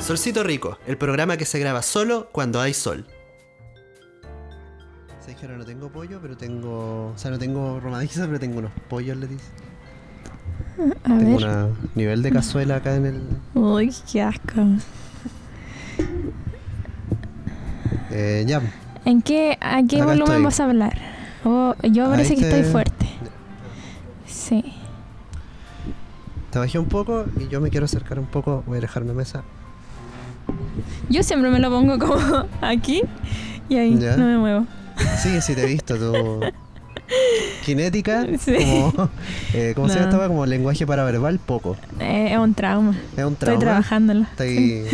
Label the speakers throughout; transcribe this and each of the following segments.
Speaker 1: Solcito Rico, el programa que se graba solo cuando hay sol. Sabes que ahora no tengo pollo, pero tengo. O sea, no tengo romadiza, pero tengo unos pollos, le dice.
Speaker 2: A
Speaker 1: Tengo
Speaker 2: ver.
Speaker 1: una nivel de cazuela acá en el.
Speaker 2: Uy, qué asco.
Speaker 1: Eh, ya.
Speaker 2: ¿En qué, ¿A qué
Speaker 1: Acá
Speaker 2: volumen
Speaker 1: estoy.
Speaker 2: vas a hablar? Oh, yo
Speaker 1: Ahí
Speaker 2: parece que
Speaker 1: te-
Speaker 2: estoy fuerte. Sí.
Speaker 1: Te bajé un poco y yo me quiero acercar un poco. Voy a dejar mi mesa.
Speaker 2: Yo siempre me lo pongo como aquí y ahí
Speaker 1: Ya.
Speaker 2: no me muevo.
Speaker 1: Sí, sí, te he visto tu Kinética,
Speaker 2: Sí.
Speaker 1: como. eh, ¿Cómo se llama
Speaker 2: No.
Speaker 1: esta hueá? Como lenguaje paraverbal, poco.
Speaker 2: Eh, es un trauma.
Speaker 1: Es un trauma.
Speaker 2: Estoy trabajándolo.
Speaker 1: Está ahí-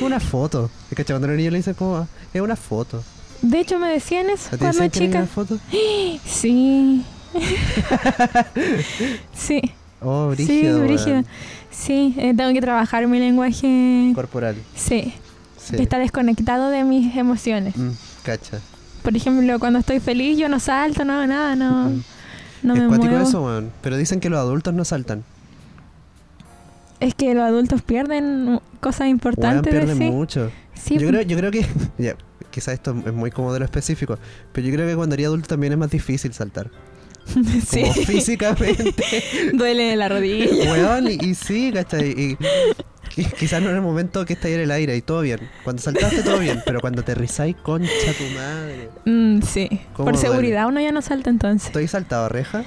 Speaker 1: una foto. Es que cuando los niños le dicen como. "Ah, Es una foto.
Speaker 2: De hecho, me decían
Speaker 1: ¿A
Speaker 2: eso
Speaker 1: ti te
Speaker 2: cuando
Speaker 1: dicen que era
Speaker 2: chica.
Speaker 1: una foto?
Speaker 2: Sí. sí.
Speaker 1: Oh,
Speaker 2: sí,
Speaker 1: brígido.
Speaker 2: brígido.
Speaker 1: weón.
Speaker 2: Sí, eh, tengo que trabajar mi lenguaje.
Speaker 1: Corporal.
Speaker 2: Sí,
Speaker 1: Sí.
Speaker 2: que está desconectado de mis emociones.
Speaker 1: Mm, cacha.
Speaker 2: Por ejemplo, cuando estoy feliz, yo no salto, no hago nada, no,
Speaker 1: Mm.
Speaker 2: Ah, no
Speaker 1: es
Speaker 2: me
Speaker 1: cuático
Speaker 2: muevo.
Speaker 1: eso, weón. Pero dicen que los adultos no saltan.
Speaker 2: Es que los adultos pierden cosas importantes
Speaker 1: weón,
Speaker 2: de
Speaker 1: pierden
Speaker 2: sí.
Speaker 1: mucho.
Speaker 2: Sí, pues.
Speaker 1: Yo creo, yo creo que. ya, quizás esto es muy como de lo específico. Pero yo creo que cuando eres adulto también es más difícil saltar.
Speaker 2: sí.
Speaker 1: Como físicamente.
Speaker 2: duele la rodilla.
Speaker 1: Weón, y, y sí, ¿cachai? Y, qui- quizás no en el momento que estáis en el aire y todo bien. Cuando saltaste todo bien, pero cuando aterrizáis, concha tu madre.
Speaker 2: Mm, sí,
Speaker 1: ¿Cómo
Speaker 2: por
Speaker 1: duele?
Speaker 2: seguridad uno ya no salta entonces.
Speaker 1: ¿Estoy saltado a reja?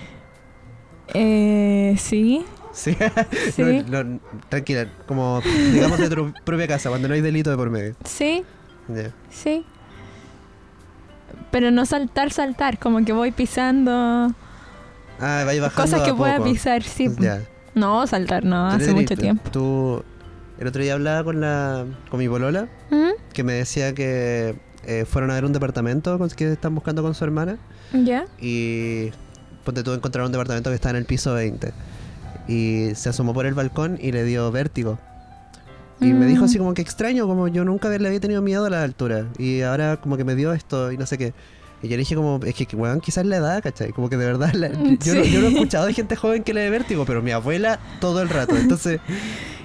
Speaker 2: Eh, sí,
Speaker 1: Sí.
Speaker 2: Sí.
Speaker 1: No, no, tranquila, como digamos de tu propia casa, cuando no hay delito de por medio.
Speaker 2: sí,
Speaker 1: Ya.
Speaker 2: sí. Pero no saltar, saltar, como que voy pisando
Speaker 1: Ah, vais bajando.
Speaker 2: cosas
Speaker 1: de
Speaker 2: que
Speaker 1: a
Speaker 2: pueda
Speaker 1: poco.
Speaker 2: pisar, sí.
Speaker 1: Ya.
Speaker 2: No, saltar no,
Speaker 1: Tú
Speaker 2: hace
Speaker 1: tenés-
Speaker 2: mucho
Speaker 1: tú-
Speaker 2: tiempo.
Speaker 1: Tú, el otro día hablaba con la con mi bolola,
Speaker 2: ¿Mm?
Speaker 1: que me decía que eh, fueron a ver un departamento con- que están buscando con su hermana
Speaker 2: ¿Ya?
Speaker 1: y ponte tú encontraron un departamento que está en el piso 20 y se asomó por el balcón y le dio vértigo. Y me dijo
Speaker 2: Mm.
Speaker 1: así como que extraño, como yo nunca le había tenido miedo a la altura y ahora como que me dio esto y no sé qué. Y yo le dije como, es que, que, weón, quizás la edad, ¿cachai? Como que de verdad, la-
Speaker 2: Mm,
Speaker 1: yo, no,
Speaker 2: sí.
Speaker 1: yo no he escuchado de gente joven que le dé vértigo, pero mi abuela todo el rato. Entonces,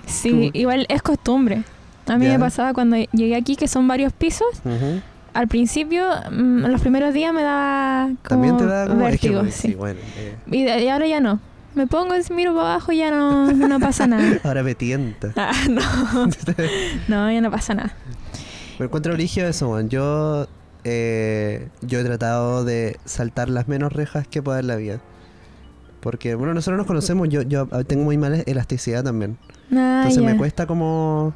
Speaker 2: Sí,
Speaker 1: Como-
Speaker 2: igual es costumbre. A mí
Speaker 1: Ya.
Speaker 2: me pasaba cuando llegué aquí, que son varios pisos,
Speaker 1: ujú.
Speaker 2: al principio, mm, los primeros días me daba como
Speaker 1: También te da como es que,
Speaker 2: vértigo.
Speaker 1: bueno,
Speaker 2: sí.
Speaker 1: sí, bueno, eh,
Speaker 2: Y, de- y ahora ya no. Me pongo, miro para abajo y ya no, no pasa nada.
Speaker 1: ahora me tienta.
Speaker 2: Ah, no, no, ya no pasa nada.
Speaker 1: me encuentro origen eso, man. Yo, eh, yo he tratado de saltar las menos rejas que pueda en la vida. Porque, bueno, nosotros nos conocemos, yo, yo ah, tengo muy mala elasticidad también.
Speaker 2: Ah,
Speaker 1: Entonces
Speaker 2: ya.
Speaker 1: me cuesta como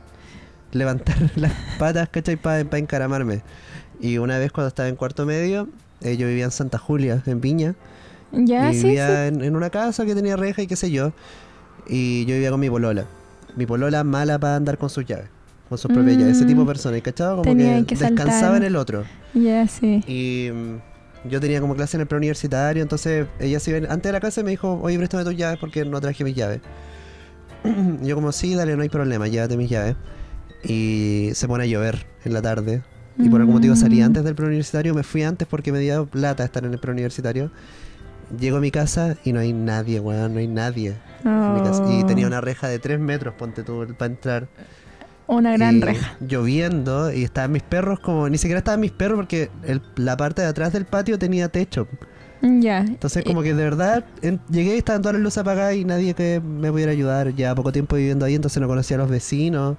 Speaker 1: levantar las patas, ¿cachai? Para encaramarme. Y una vez cuando estaba en cuarto medio, eh, yo vivía en Santa Julia, en Viña.
Speaker 2: Ya,
Speaker 1: y
Speaker 2: sí,
Speaker 1: vivía
Speaker 2: sí.
Speaker 1: En, en una casa que tenía reja y qué sé yo. Y yo vivía con mi polola. Mi polola mala para andar con sus llaves. Con sus propias
Speaker 2: Mm.
Speaker 1: llaves. Ese tipo de persona. Y cachado como
Speaker 2: Tenía
Speaker 1: que,
Speaker 2: que saltar.
Speaker 1: descansaba en el otro.
Speaker 2: Ya, sí.
Speaker 1: Y mm, yo tenía como clase en el preuniversitario. Entonces ella se iba en- antes de la clase me dijo, oye, préstame tus llaves porque no traje mis llaves. Y yo como, sí, dale, no hay problema, llévate mis llaves. Y se pone a llover en la tarde. Y por algún motivo salí
Speaker 2: Mm.
Speaker 1: antes del preuniversitario, me fui antes porque me dio plata estar en el preuniversitario. Llego a mi casa y no hay nadie, weón, no hay nadie. en mi casa. Y
Speaker 2: Oh,
Speaker 1: tenía una reja de 3 metros, ponte tú, para entrar.
Speaker 2: una gran
Speaker 1: Y
Speaker 2: reja.
Speaker 1: Lloviendo y estaban mis perros como, ni siquiera estaban mis perros porque el- la parte de atrás del patio tenía techo.
Speaker 2: Ya.
Speaker 1: Entonces
Speaker 2: Y-
Speaker 1: como que de verdad en- llegué y estaban todas las luces apagadas y nadie que me pudiera ayudar. Ya poco tiempo viviendo ahí, entonces no conocía a los vecinos.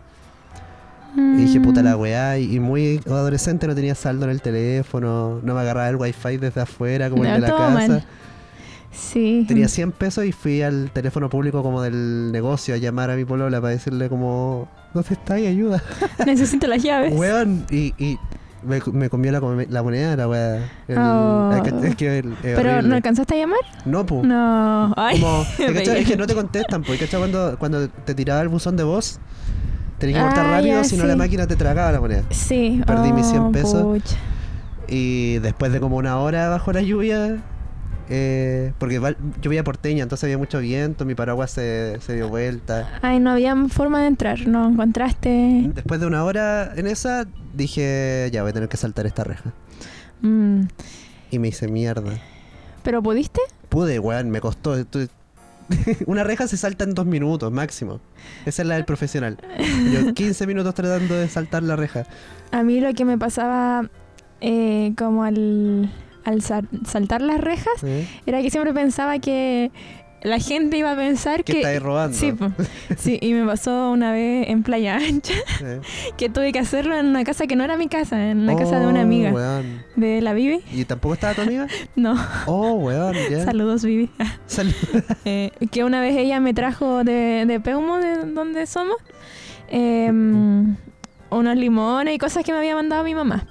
Speaker 1: Y dije, puta
Speaker 2: Mm.
Speaker 1: la weá, y, y muy adolescente no tenía saldo en el teléfono, no me agarraba el wifi desde afuera como
Speaker 2: No,
Speaker 1: el de la
Speaker 2: todo
Speaker 1: casa.
Speaker 2: mal. Sí.
Speaker 1: Tenía 100 pesos y fui al teléfono público como del negocio a llamar a mi polola para decirle como, ¿dónde está y ayuda?
Speaker 2: Necesito las llaves.
Speaker 1: Weón, y, y me, me comió la, come- la moneda la weá. El-
Speaker 2: Oh.
Speaker 1: es que- es que el- es
Speaker 2: Pero ¿no
Speaker 1: horrible. Uh.
Speaker 2: alcanzaste a llamar?
Speaker 1: no, pu.
Speaker 2: No. Ay.
Speaker 1: Como, ¿te cachai?
Speaker 2: Reí.
Speaker 1: es que no te contestan, porque ¿cachai? Cuando, cuando te tiraba el buzón de voz, tenías que
Speaker 2: Ah,
Speaker 1: cortar rápido,
Speaker 2: ya,
Speaker 1: si no
Speaker 2: sí.
Speaker 1: la máquina te tragaba la moneda.
Speaker 2: Sí.
Speaker 1: Perdí mis 100
Speaker 2: oh,
Speaker 1: pesos.
Speaker 2: pucha.
Speaker 1: Y después de como una hora bajo la lluvia, eh, porque val- lluvia porteña, entonces había mucho viento, mi paraguas se, se dio vuelta.
Speaker 2: Ay, no había forma de entrar, no encontraste.
Speaker 1: Después de una hora en esa, dije, ya voy a tener que saltar esta reja.
Speaker 2: Mm,
Speaker 1: Y me hice mierda.
Speaker 2: ¿Pero pudiste?
Speaker 1: Pude, weón, me costó. estu- una reja se salta en dos minutos máximo. Esa es la del profesional. Yo 15 minutos tratando de saltar la reja.
Speaker 2: A mí lo que me pasaba eh, como al, al sal- saltar las rejas
Speaker 1: ¿Eh?
Speaker 2: era que siempre pensaba que la gente iba a pensar
Speaker 1: Que
Speaker 2: que...
Speaker 1: estáis robando.
Speaker 2: Sí, po. sí, y me pasó una vez en Playa Ancha
Speaker 1: ¿Eh?
Speaker 2: que tuve que hacerlo en una casa que no era mi casa, en la casa de una
Speaker 1: Oh,
Speaker 2: amiga
Speaker 1: weón.
Speaker 2: de la Vivi.
Speaker 1: ¿Y tampoco estaba tu amiga?
Speaker 2: No,
Speaker 1: Oh, weón, ya.
Speaker 2: saludos Vivi.
Speaker 1: Salud.
Speaker 2: Eh, que una vez ella me trajo de, de Peumo, de donde somos, em, unos limones y cosas que me había mandado mi mamá.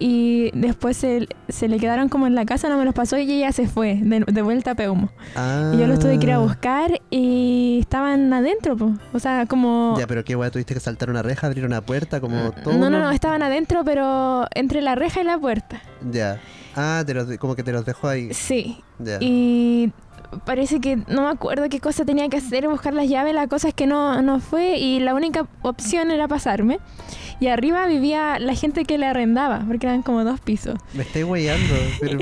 Speaker 2: Y después se, se le quedaron como en la casa, no me los pasó y ella se fue de, de vuelta a Peumo.
Speaker 1: Ah.
Speaker 2: Y yo los tuve que ir a buscar y estaban adentro, po. o sea, como...
Speaker 1: Ya, pero qué weón, tuviste que saltar una reja, abrir una puerta, como todo.
Speaker 2: No, no,
Speaker 1: uno-
Speaker 2: no, estaban adentro, pero entre la reja y la puerta.
Speaker 1: Ya. Ah, te los de- como que te los dejó ahí.
Speaker 2: Sí,
Speaker 1: Ya.
Speaker 2: Y parece que no me acuerdo qué cosa tenía que hacer, buscar las llaves, la cosa es que no, no fue y la única opción era pasarme. Y arriba vivía la gente que le arrendaba, porque eran como dos pisos.
Speaker 1: Me estoy weyando. Pero...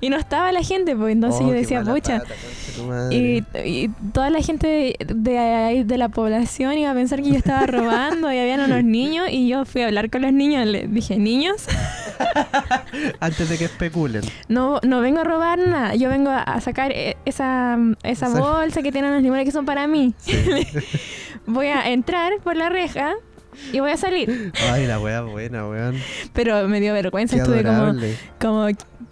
Speaker 2: Y no estaba la gente, pues entonces
Speaker 1: Oh,
Speaker 2: yo
Speaker 1: qué
Speaker 2: decía,
Speaker 1: mala
Speaker 2: pucha.
Speaker 1: pata, concha tu madre.
Speaker 2: Y, y toda la gente de, ahí, de la población iba a pensar que yo estaba robando y habían unos niños y yo fui a hablar con los niños, les dije, niños,
Speaker 1: Antes de que especulen.
Speaker 2: No, no vengo a robar nada. Yo vengo a, a sacar eh, esa, esa
Speaker 1: Esa-
Speaker 2: bolsa que tienen los limones que son para mí. voy a entrar por la reja y voy a salir.
Speaker 1: Ay, la wea buena, weón.
Speaker 2: Pero me dio vergüenza.
Speaker 1: Qué
Speaker 2: Estuve como,
Speaker 1: adorable.
Speaker 2: como,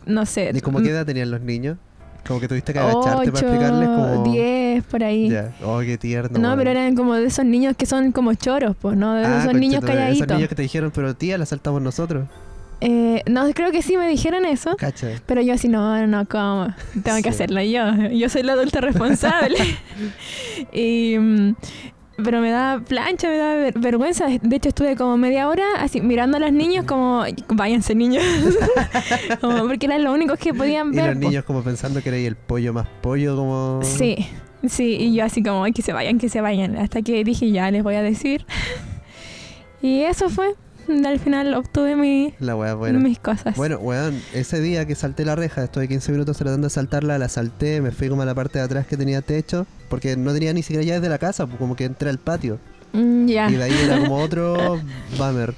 Speaker 2: no sé. mm,
Speaker 1: ¿Y como qué edad tenían los niños? Como que tuviste que agacharte
Speaker 2: ocho,
Speaker 1: para explicarles como...
Speaker 2: 10, por ahí.
Speaker 1: Ya. Oh, qué tierno.
Speaker 2: No,
Speaker 1: weón.
Speaker 2: pero eran como de esos niños que son como choros, pues, ¿no? De
Speaker 1: Ah,
Speaker 2: esos
Speaker 1: concha
Speaker 2: niños
Speaker 1: tu madre,
Speaker 2: calladitos.
Speaker 1: Esos niños que te dijeron, pero tía, la saltamos nosotros.
Speaker 2: Eh, no, creo que sí me dijeron eso.
Speaker 1: Cacha.
Speaker 2: Pero yo así, no, no, ¿cómo? Tengo
Speaker 1: Sí.
Speaker 2: que hacerlo yo. Yo soy la adulta responsable. y, mm, pero me da plancha, me da ver- vergüenza. De hecho, estuve como media hora así mirando a los niños como, váyanse niños. Como, porque eran los únicos que podían
Speaker 1: Y
Speaker 2: ver.
Speaker 1: los
Speaker 2: po.
Speaker 1: niños como pensando que erais el pollo más pollo, como...
Speaker 2: Sí, sí. Y yo así como, "Ay, que se vayan, que se vayan. Hasta que dije, ya les voy a decir. y eso fue. Al final obtuve mi-
Speaker 1: La wea buena.
Speaker 2: mis cosas.
Speaker 1: Bueno, weón, ese día que salté la reja, estuve 15 minutos tratando de saltarla, la salté, me fui como a la parte de atrás que tenía techo, porque no tenía ni siquiera llaves de la casa, pues, como que entré al patio.
Speaker 2: Mm, ya.
Speaker 1: Y de ahí era como otro bummer.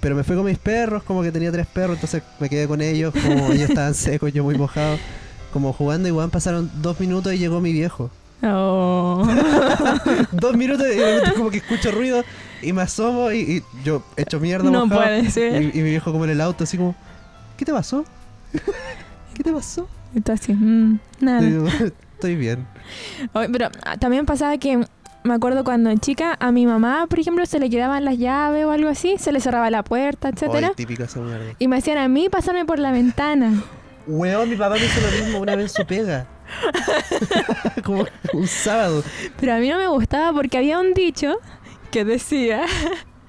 Speaker 1: Pero me fui con mis perros, como que tenía tres perros, entonces me quedé con ellos, como ellos estaban secos, yo muy mojado. Como jugando y weón, pasaron dos minutos y llegó mi viejo.
Speaker 2: Oh.
Speaker 1: Dos minutos y de repente como que escucho ruido y me asomo y, y yo hecho mierda.
Speaker 2: no
Speaker 1: mojado.
Speaker 2: puede ser.
Speaker 1: Y, y mi viejo como en el auto, así como, ¿qué te pasó? ¿Qué te pasó?
Speaker 2: Y tú así, "Mm, nada.
Speaker 1: Y digo, Estoy bien.
Speaker 2: Oye, pero ah, también pasaba que me acuerdo cuando chica a mi mamá, por ejemplo, se le quedaban las llaves o algo así, se le cerraba la puerta, etcétera.
Speaker 1: Ay, típico esa mierda.
Speaker 2: Y me hacían a mí pasarme por la ventana.
Speaker 1: Weón, mi papá me hizo lo mismo una vez en su pega. como un sábado.
Speaker 2: Pero a mí no me gustaba porque había un dicho que decía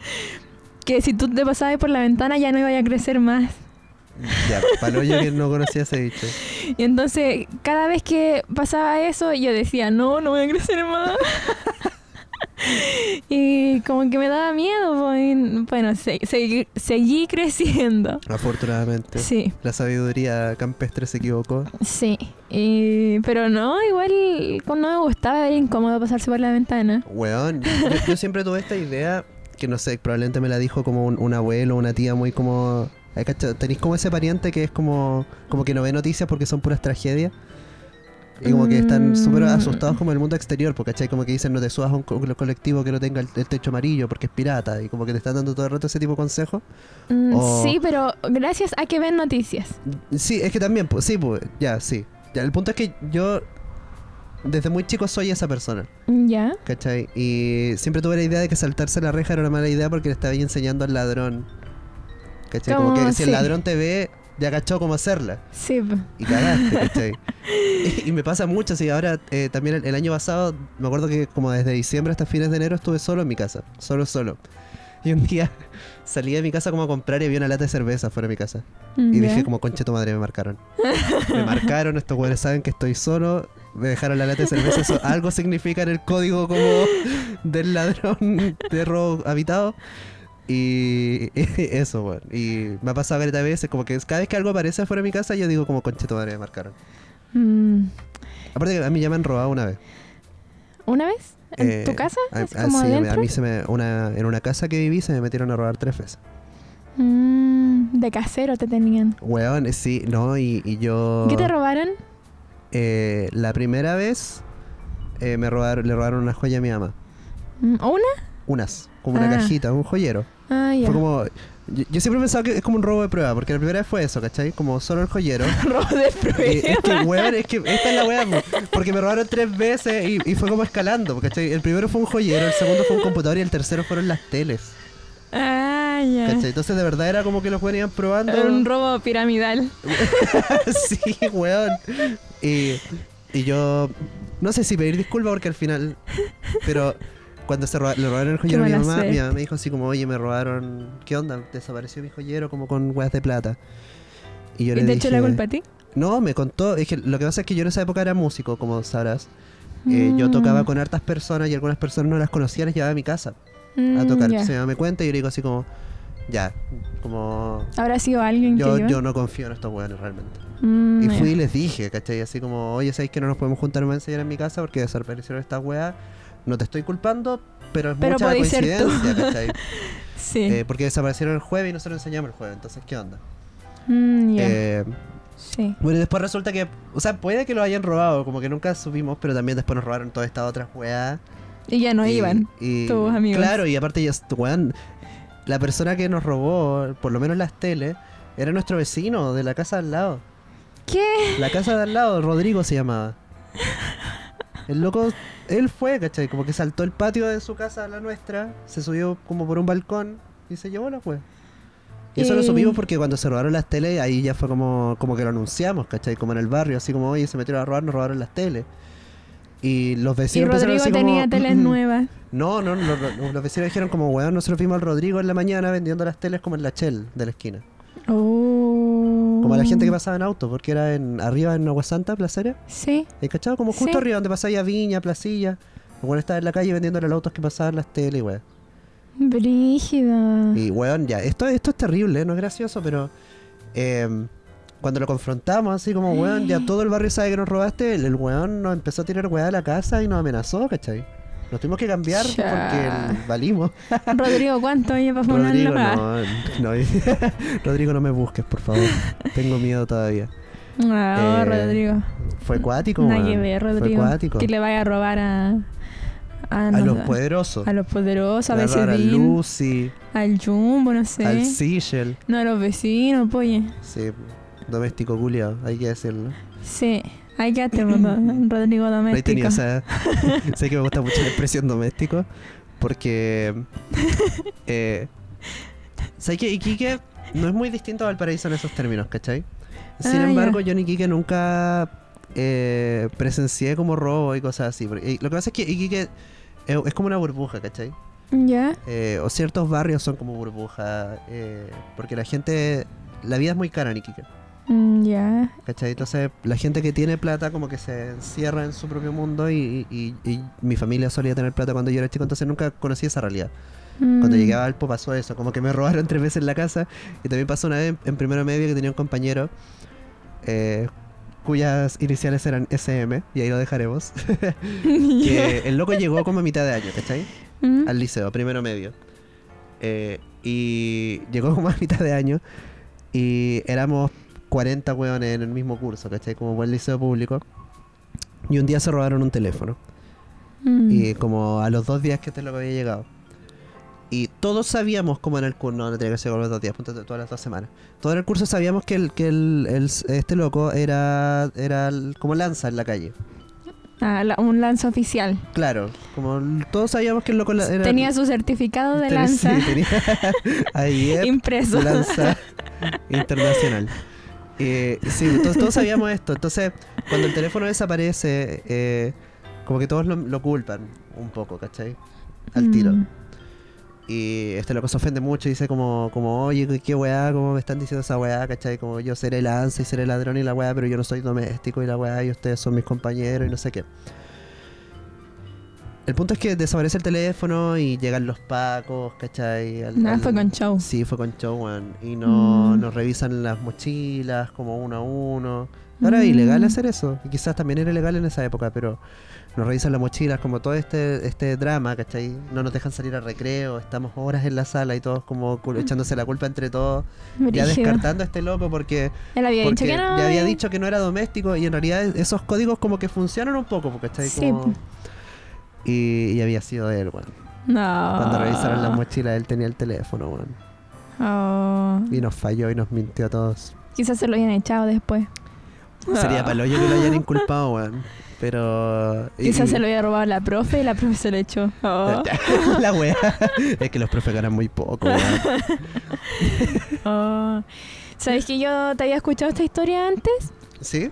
Speaker 2: que si tú te pasabas por la ventana ya no iba a crecer más.
Speaker 1: Ya, para yo que no conocía ese dicho.
Speaker 2: Y entonces cada vez que pasaba eso yo decía, no, no voy a crecer más. y como que me daba miedo, po, y, bueno, se- segui- seguí creciendo.
Speaker 1: Afortunadamente.
Speaker 2: Sí,
Speaker 1: La sabiduría campestre se equivocó.
Speaker 2: sí. Y- pero no, igual como no me gustaba, era incómodo pasarse por la ventana.
Speaker 1: Weón, yo, yo siempre tuve esta idea que no sé, probablemente me la dijo como un, un abuelo, una tía muy como... ay, cacha, Tenéis como ese pariente que es como, como que no ve noticias porque son puras tragedias. Y como que están
Speaker 2: Mm.
Speaker 1: súper asustados como el mundo exterior, porque ¿cachai? como que dicen no te subas a un co- colectivo que no tenga el, el techo amarillo porque es pirata. Y como que te están dando todo el rato ese tipo de consejos.
Speaker 2: Mm,
Speaker 1: Oh.
Speaker 2: Sí, pero gracias a que ven noticias.
Speaker 1: Sí, es que también, pues, sí, pues, ya, sí. Ya, el punto es que yo desde muy chico soy esa persona.
Speaker 2: ¿Ya?
Speaker 1: ¿Cachai? Y siempre tuve la idea de que saltarse la reja era una mala idea porque le estaba ahí enseñando al ladrón. ¿Cachai? Como
Speaker 2: ¿Cómo?
Speaker 1: que si el
Speaker 2: Sí.
Speaker 1: ladrón te ve, ya cachó cómo hacerla.
Speaker 2: Sí. po.
Speaker 1: Y cagaste, ¿cachai? y, y me pasa mucho, así ahora eh, también el, el año pasado, me acuerdo que como desde diciembre hasta fines de enero estuve solo en mi casa, solo, solo. Y un día salí de mi casa como a comprar y vi una lata de cerveza fuera de mi casa. Y
Speaker 2: ¿Ya?
Speaker 1: dije como, conche tu madre, me marcaron. me marcaron, estos güeyes saben que estoy solo. Me dejaron la lata de cerveza. Eso algo significa en el código como del ladrón de robo habitado. Y eso, weón. Y me ha pasado varias veces, como que cada vez que algo aparece afuera de mi casa, yo digo como, conche tu madre, me marcaron.
Speaker 2: Mm.
Speaker 1: Aparte que a mí ya me han robado una vez.
Speaker 2: ¿Una vez? ¿En
Speaker 1: Eh,
Speaker 2: tu casa?
Speaker 1: a-
Speaker 2: ¿Es
Speaker 1: a-
Speaker 2: como
Speaker 1: sí, a mí-
Speaker 2: adentro?
Speaker 1: a mí se me, una, en una casa que viví se me metieron a robar tres veces.
Speaker 2: Mm, de casero te tenían.
Speaker 1: Weón, eh, sí, no, y, y yo...
Speaker 2: ¿Qué te robaron?
Speaker 1: eh, la primera vez eh, me robaron, le robaron una joya a mi mamá.
Speaker 2: Mm, ¿Una?
Speaker 1: Unas, como una
Speaker 2: Ah.
Speaker 1: cajita, un joyero.
Speaker 2: Ah, ya.
Speaker 1: Fue como... Yo, yo siempre he pensado que es como un robo de prueba, porque la primera vez fue eso, ¿cachai? Como solo el joyero.
Speaker 2: Robo de
Speaker 1: Y Eh, es
Speaker 2: prueba.
Speaker 1: que, weón, es que esta es la weá, po, porque me robaron tres veces y, y fue como escalando, ¿cachai? El primero fue un joyero, el segundo fue un computador y el tercero fueron las teles,
Speaker 2: Ah, ya.
Speaker 1: ¿cachai? Entonces de verdad era como que los weones iban probando.
Speaker 2: Era Un robo piramidal.
Speaker 1: sí, weón. Y, y yo no sé si pedir disculpas porque al final, pero cuando se roba- le robaron el joyero a mi
Speaker 2: mala
Speaker 1: mamá, mi
Speaker 2: suerte.
Speaker 1: mamá me dijo así como, oye, me robaron, ¿qué onda? Desapareció mi joyero como con weas de plata. Y yo
Speaker 2: ¿Y
Speaker 1: le
Speaker 2: te
Speaker 1: dije,
Speaker 2: echó la culpa a ti?
Speaker 1: No, me contó, es que lo que pasa es que yo en esa época era músico, como sabrás. Eh, Yo
Speaker 2: Mm.
Speaker 1: tocaba con hartas personas y algunas personas no las conocía, las llevaba a mi casa a
Speaker 2: Mm,
Speaker 1: tocar.
Speaker 2: ya.
Speaker 1: Se me me cuenta y yo le digo así como, ya, como
Speaker 2: ¿Habrá sido alguien
Speaker 1: yo,
Speaker 2: que yo?
Speaker 1: yo no confío en estos weones realmente.
Speaker 2: Mm,
Speaker 1: Y
Speaker 2: ya.
Speaker 1: fui y les dije, ¿cachai? Así como, oye, ¿sabéis que no nos podemos juntar más a enseñar en mi casa porque desaparecieron estas weas? No te estoy culpando, pero es
Speaker 2: Pero
Speaker 1: mucha la
Speaker 2: podéis ser tú.
Speaker 1: coincidencia, ¿cachai?
Speaker 2: Sí.
Speaker 1: Eh, porque desaparecieron el jueves y nosotros enseñamos el jueves, entonces, ¿qué onda?
Speaker 2: Mm, ya.
Speaker 1: Eh,
Speaker 2: sí.
Speaker 1: bueno, y después resulta que, o sea, puede que lo hayan robado, como que nunca supimos, pero también después nos robaron todas estas otras weas.
Speaker 2: Y ya no
Speaker 1: y-
Speaker 2: iban.
Speaker 1: y-
Speaker 2: tus amigos.
Speaker 1: Claro, y aparte, ellos, weón, la persona que nos robó, por lo menos las teles, era nuestro vecino de la casa al lado.
Speaker 2: ¿Qué?
Speaker 1: La casa de al lado, Rodrigo se llamaba. El loco, él fue, ¿cachai? Como que saltó el patio de su casa a la nuestra, se subió como por un balcón y se llevó la fue. Y eso lo
Speaker 2: Eh.
Speaker 1: supimos porque cuando se robaron las teles, ahí ya fue como, como que lo anunciamos, ¿cachai? Como en el barrio, así como, oye, se metieron a robar, nos robaron las teles. Y los
Speaker 2: Y
Speaker 1: vecinos empezaron
Speaker 2: Rodrigo
Speaker 1: así como,
Speaker 2: tenía teles
Speaker 1: "Mm, mm".
Speaker 2: nuevas.
Speaker 1: No, no, los, los- los vecinos dijeron como, weón, nosotros vimos al Rodrigo en la mañana vendiendo las teles como en la Shell de la esquina.
Speaker 2: Oh.
Speaker 1: Como a la gente que pasaba en auto, porque era en arriba en Agua Santa, Placeres.
Speaker 2: Oh, Sí.
Speaker 1: ¿Hay cachado? Como justo
Speaker 2: Sí.
Speaker 1: arriba donde pasáis Viña, Placilla. Bueno, estaba en la calle vendiéndole a los autos que pasaban las tele, weón.
Speaker 2: Brígido.
Speaker 1: Y weón, ya, esto, esto es terrible, ¿eh? no es gracioso, pero eh, cuando lo confrontamos, así como weón, ya todo el barrio sabe que nos robaste, el, el weón nos empezó a tirar weá de la casa y nos amenazó, ¿cachai? Nos tuvimos que cambiar
Speaker 2: Cha.
Speaker 1: porque el- valimos.
Speaker 2: Rodrigo, ¿cuánto oye para funar
Speaker 1: Rodrigo,
Speaker 2: la
Speaker 1: no, no, Rodrigo, no me busques, por favor. Tengo miedo todavía.
Speaker 2: Ah,
Speaker 1: Eh,
Speaker 2: Rodrigo.
Speaker 1: Fue cuático,
Speaker 2: Nada que
Speaker 1: weón.
Speaker 2: ver,
Speaker 1: Fue
Speaker 2: Rodrigo.
Speaker 1: cuático.
Speaker 2: Que le vaya a robar a. A,
Speaker 1: A
Speaker 2: no
Speaker 1: los
Speaker 2: sé,
Speaker 1: poderosos.
Speaker 2: a los poderosos, a
Speaker 1: Le robaron a
Speaker 2: Becerrín,
Speaker 1: Lucy.
Speaker 2: al Jumbo, no sé.
Speaker 1: Al Sigel.
Speaker 2: No, a los vecinos, pues, oye.
Speaker 1: Sí, doméstico culiao, hay que decirlo.
Speaker 2: Sí, hay que hacer Rodrigo
Speaker 1: No he
Speaker 2: Doméstico.
Speaker 1: tenido esa- sé que me gusta mucho la expresión doméstico, porque... eh, ¿Sabes que Iquique no es muy distinto al paraíso en esos términos, ¿cachai? Sin
Speaker 2: Ah,
Speaker 1: embargo, yo en Iquique nunca eh, presencié como robo y cosas así. porque- y lo que pasa es que Iquique es, es como una burbuja, ¿cachai?
Speaker 2: ¿Ya?
Speaker 1: Eh, o ciertos barrios son como burbuja, eh, porque la gente... La vida es muy cara en Iquique.
Speaker 2: Mm, Ya.
Speaker 1: ¿Cachai? Entonces, la gente que tiene plata como que se encierra en su propio mundo y, y- y- y mi familia solía tener plata cuando yo era chico, entonces nunca conocí esa realidad. Cuando
Speaker 2: Mm.
Speaker 1: llegué a Alpo pasó eso, como que me robaron tres veces la casa y también pasó una vez en, en primero medio que tenía un compañero eh, cuyas iniciales eran SM, y ahí lo dejaremos, que el loco llegó como a mitad de año, ¿cachai?
Speaker 2: Mm.
Speaker 1: al liceo, a primero medio. Eh, y llegó como a mitad de año y éramos 40 hueones en el mismo curso, ¿cachai? Como buen liceo público. Y un día se robaron un teléfono.
Speaker 2: Mm.
Speaker 1: Y como a los dos días que este loco había llegado. Y todos sabíamos como en el curso, no, no tenía que ser con los dos días, ponte tú, todas las dos semanas. Todo en el curso sabíamos que, el, que el, el- este loco era, era el- como lanza en la calle.
Speaker 2: Ah, la- un lanza oficial.
Speaker 1: Claro, como l- todos sabíamos que el loco la- era...
Speaker 2: Tenía su certificado de
Speaker 1: ten-
Speaker 2: lanza
Speaker 1: sí, tenía- ahí eh, es,
Speaker 2: impreso.
Speaker 1: lanza internacional. Eh, sí, todos, todos sabíamos esto. Entonces, cuando el teléfono desaparece, eh, como que todos lo, lo culpan un poco, ¿cachai? Al tiro.
Speaker 2: Mm.
Speaker 1: Y este loco se ofende mucho y dice como, como oye, qué- qué weá, cómo me están diciendo esa weá, ¿cachai? Como yo seré lanza y seré ladrón y la weá, pero yo no soy doméstico y la weá, y ustedes son mis compañeros y no sé qué. El punto es que desaparece el teléfono y llegan los pacos, ¿cachai? Al-
Speaker 2: Nada,
Speaker 1: al-
Speaker 2: fue con show.
Speaker 1: Sí, fue con show, weón. Y no,
Speaker 2: Mm.
Speaker 1: nos revisan las mochilas como uno a uno. Ahora es
Speaker 2: Mm.
Speaker 1: ilegal hacer eso. Y quizás también era ilegal en esa época, pero nos revisan las mochilas como todo este, este drama, ¿cachai? No nos dejan salir al recreo, estamos horas en la sala y todos como cul- echándose la culpa entre todos. Ya
Speaker 2: Mm. Brígido.
Speaker 1: descartando a este loco porque,
Speaker 2: Él había dicho
Speaker 1: porque
Speaker 2: que no.
Speaker 1: ya había
Speaker 2: y-
Speaker 1: dicho que no era doméstico y en realidad es- esos códigos como que funcionan un poco, ¿cachai?
Speaker 2: Sí,
Speaker 1: Como...
Speaker 2: po.
Speaker 1: Y, y había sido él, weón.
Speaker 2: No.
Speaker 1: Cuando revisaron las mochilas, él tenía el teléfono, weón.
Speaker 2: Oh.
Speaker 1: Y nos falló y nos mintió a todos.
Speaker 2: Quizás se lo hayan echado después.
Speaker 1: Sería
Speaker 2: Ah.
Speaker 1: para que lo hayan inculpado, weón. Pero. y-
Speaker 2: Quizás se lo había robado la profe y la profe se lo echó. Oh.
Speaker 1: La wea. Es que los profes ganan muy poco, weón.
Speaker 2: Oh. ¿Sabes que yo te había escuchado esta historia antes?
Speaker 1: ¿Sí?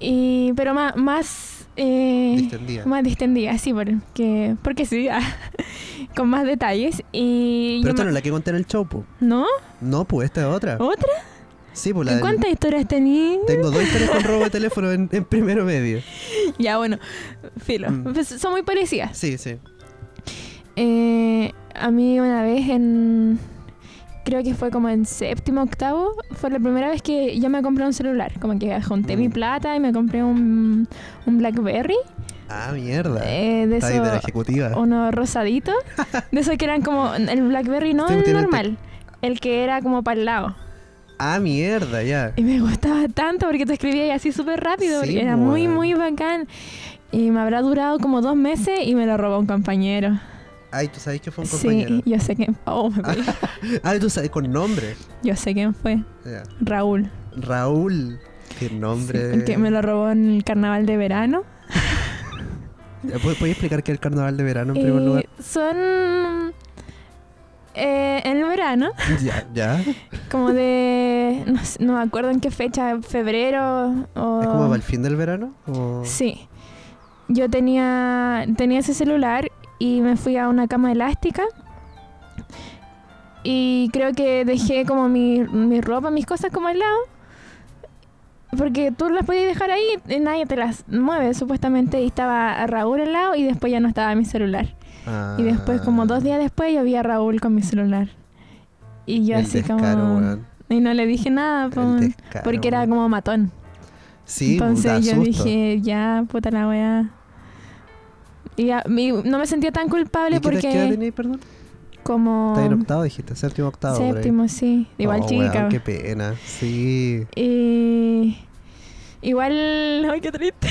Speaker 2: Y, pero más, más, eh,
Speaker 1: Distendida.
Speaker 2: más distendida, sí, porque, porque sí, ah, con más detalles. Y
Speaker 1: Pero
Speaker 2: yo
Speaker 1: esta
Speaker 2: me-
Speaker 1: no es la que conté en el show, po.
Speaker 2: ¿No?
Speaker 1: No, pues esta es otra.
Speaker 2: ¿Otra?
Speaker 1: Sí, pues la
Speaker 2: ¿En
Speaker 1: del-
Speaker 2: cuántas historias tení?
Speaker 1: Tengo dos historias con robo de teléfono en, en primero medio.
Speaker 2: Ya, bueno, filo.
Speaker 1: Mm.
Speaker 2: Pues son muy parecidas.
Speaker 1: Sí, sí.
Speaker 2: Eh, a mí una vez en... Creo que fue como en séptimo, octavo. Fue la primera vez que yo me compré un celular. Como que junté mi
Speaker 1: Mm.
Speaker 2: plata y me compré un, un BlackBerry.
Speaker 1: Ah, mierda.
Speaker 2: eh, oh. de
Speaker 1: Está ahí de la
Speaker 2: esos-
Speaker 1: ejecutiva.
Speaker 2: uno rosadito. De esos que eran como el Blackberry, no
Speaker 1: Sí,
Speaker 2: el
Speaker 1: Este tiene
Speaker 2: normal. El que era como para el lado.
Speaker 1: Ah, mierda, ya.
Speaker 2: Y me gustaba tanto porque te escribía y así súper rápido.
Speaker 1: Sí,
Speaker 2: porque era
Speaker 1: pues,
Speaker 2: muy,
Speaker 1: weón.
Speaker 2: muy bacán. Y me habrá durado como dos meses y me lo robó un compañero.
Speaker 1: Ay, tú sabes que fue un
Speaker 2: sí,
Speaker 1: compañero. Ah.
Speaker 2: yo sé quién oh, me pegué.
Speaker 1: Ay, tú sabes, con nombre.
Speaker 2: Yo sé quién fue.
Speaker 1: Ya.
Speaker 2: Raúl.
Speaker 1: Raúl. Qué nombre.
Speaker 2: Sí, el que me lo robó en el carnaval de verano.
Speaker 1: Ya, ¿pod- ¿Podéis Eh, explicar qué es el carnaval de verano en
Speaker 2: Eh,
Speaker 1: primer lugar?
Speaker 2: son. eh, en el verano.
Speaker 1: Ya, ya.
Speaker 2: Como de. No, sé- no me acuerdo en qué fecha, febrero o.
Speaker 1: ¿Es como para el fin del verano? ¿O...
Speaker 2: oh. Sí. Yo tenía, tenía ese celular y me fui a una cama elástica. Y creo que dejé como mi, mi ropa, mis cosas como al lado. Porque tú las podías dejar ahí y nadie te las mueve, supuestamente. Y estaba Raúl al lado y después ya no estaba mi celular.
Speaker 1: Ah.
Speaker 2: Y después, como dos días después, yo vi a Raúl con mi celular. Y yo
Speaker 1: El
Speaker 2: así
Speaker 1: descaro,
Speaker 2: como...
Speaker 1: weón.
Speaker 2: Y no le dije nada, po,
Speaker 1: El descaro,
Speaker 2: porque era
Speaker 1: weón.
Speaker 2: como matón.
Speaker 1: Sí, puta,
Speaker 2: Entonces yo
Speaker 1: susto.
Speaker 2: dije, ya, puta la weá. Y ya- y no me sentía tan culpable
Speaker 1: ¿Y qué edad- ¿Qué edad
Speaker 2: porque
Speaker 1: tenías, perdón?
Speaker 2: como
Speaker 1: Está en octavo, dijiste. Séptimo, octavo. por ahí.
Speaker 2: séptimo, sí. Igual
Speaker 1: Oh, weón,
Speaker 2: chica.
Speaker 1: qué pena. Sí.
Speaker 2: Y igual, ay, qué triste.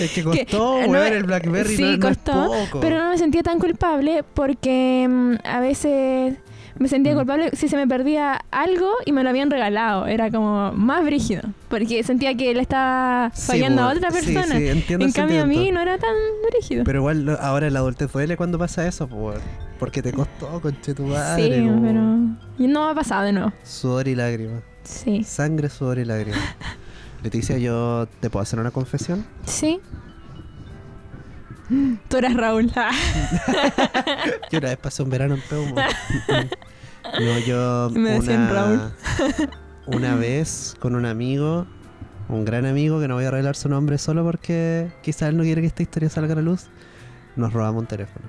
Speaker 1: Es que
Speaker 2: Que-
Speaker 1: costó,
Speaker 2: no,
Speaker 1: weón, el Blackberry.
Speaker 2: sí,
Speaker 1: no, no
Speaker 2: costó,
Speaker 1: es poco.
Speaker 2: Pero no me sentía tan culpable porque mm, a veces me sentía
Speaker 1: Mm.
Speaker 2: culpable si se me perdía algo y me lo habían regalado. Era como más brígido. Porque sentía que le estaba
Speaker 1: Sí,
Speaker 2: fallando a
Speaker 1: weón.
Speaker 2: otra
Speaker 1: Sí,
Speaker 2: persona.
Speaker 1: sí, entiendo
Speaker 2: en
Speaker 1: el
Speaker 2: cambio a mí
Speaker 1: sentimiento.
Speaker 2: no era tan brígido.
Speaker 1: Pero igual lo- ahora la adultez duele cuando pasa eso, po, weón. Porque te costó, conche tu madre.
Speaker 2: Sí,
Speaker 1: po, weón.
Speaker 2: pero y no me ha pasado de nuevo.
Speaker 1: Sudor y lágrimas.
Speaker 2: Sí.
Speaker 1: Sangre, sudor y lágrimas. Leticia, yo te puedo hacer una confesión.
Speaker 2: Sí. Tú eras Raúl. Ah.
Speaker 1: Yo una vez pasé un verano en Peumo. No, yo
Speaker 2: Me decían
Speaker 1: una,
Speaker 2: Raúl.
Speaker 1: una vez con un amigo, un gran amigo, que no voy a revelar su nombre solo porque quizás él no quiere que esta historia salga a la luz, nos robamos un teléfono.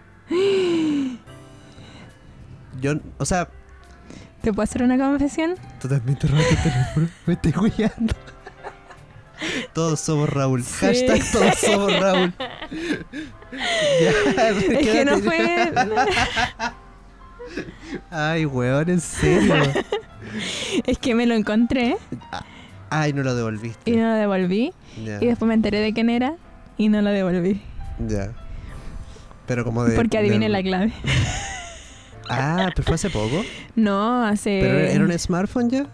Speaker 1: Yo, o sea,
Speaker 2: ¿Te puedo hacer una confesión?
Speaker 1: tú también te robaste el teléfono. Me estoy cuidando. Todos somos Raúl.
Speaker 2: Sí.
Speaker 1: Hashtag todos somos Raúl. Ya, pues,
Speaker 2: Es que no
Speaker 1: quédate.
Speaker 2: fue.
Speaker 1: Ay, weón, en serio.
Speaker 2: Es que me lo encontré
Speaker 1: Ay, no lo
Speaker 2: y
Speaker 1: devolviste.
Speaker 2: no lo devolví.
Speaker 1: Ya.
Speaker 2: Y después me enteré de quién era y no lo devolví.
Speaker 1: Ya. Pero como de.
Speaker 2: Porque adiviné
Speaker 1: de-
Speaker 2: la clave.
Speaker 1: Ah, pero fue hace poco.
Speaker 2: No, hace.
Speaker 1: Pero era un smartphone ya.
Speaker 2: Eh,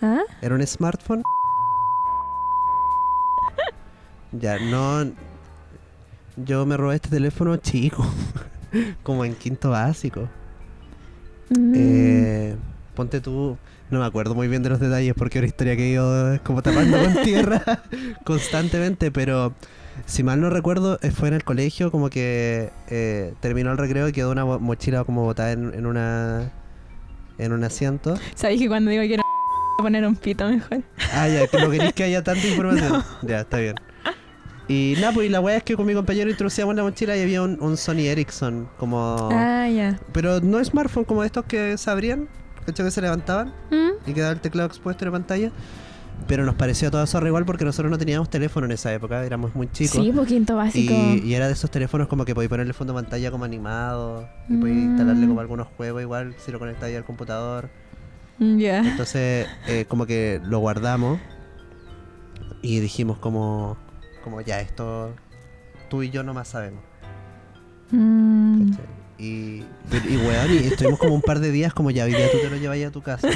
Speaker 2: ¿Ah?
Speaker 1: Era un smartphone. Ya, no. Yo me robé este teléfono chico. como en quinto básico.
Speaker 2: Mm.
Speaker 1: Eh, ponte tú. No me acuerdo muy bien de los detalles porque es una historia que he ido eh, como tapando con tierra constantemente, pero si mal no recuerdo, eh, fue en el colegio como que eh, terminó el recreo y quedó una bo- mochila como botada en, en una en un asiento.
Speaker 2: Sabéis que cuando digo que era voy a poner un pito mejor.
Speaker 1: Ah, ya, que no queréis que haya tanta información. Ya, está bien. Y nada, pues y la weá es que con mi compañero introducíamos la mochila y había un, un Sony Ericsson, como...
Speaker 2: Ah, ya.
Speaker 1: Pero no smartphone como estos que se abrían, hecho que se levantaban
Speaker 2: Mm,
Speaker 1: y quedaba el teclado expuesto en la pantalla. Pero nos pareció a toda zorra igual porque nosotros no teníamos teléfono en esa época, éramos muy chicos.
Speaker 2: Sí, poquito básico.
Speaker 1: Y, y era de esos teléfonos como que podéis ponerle fondo de pantalla como animado, y podéis
Speaker 2: Mm.
Speaker 1: instalarle como algunos juegos igual si lo conectáis al computador.
Speaker 2: Ya.
Speaker 1: Entonces, eh, como que lo guardamos y dijimos como, como ya, esto tú y yo nomás sabemos.
Speaker 2: Mm,
Speaker 1: ¿cachai? Y, pero- y, weón, y estuvimos como un par de días como ya, hoy día tú te lo llevas ya a tu casa.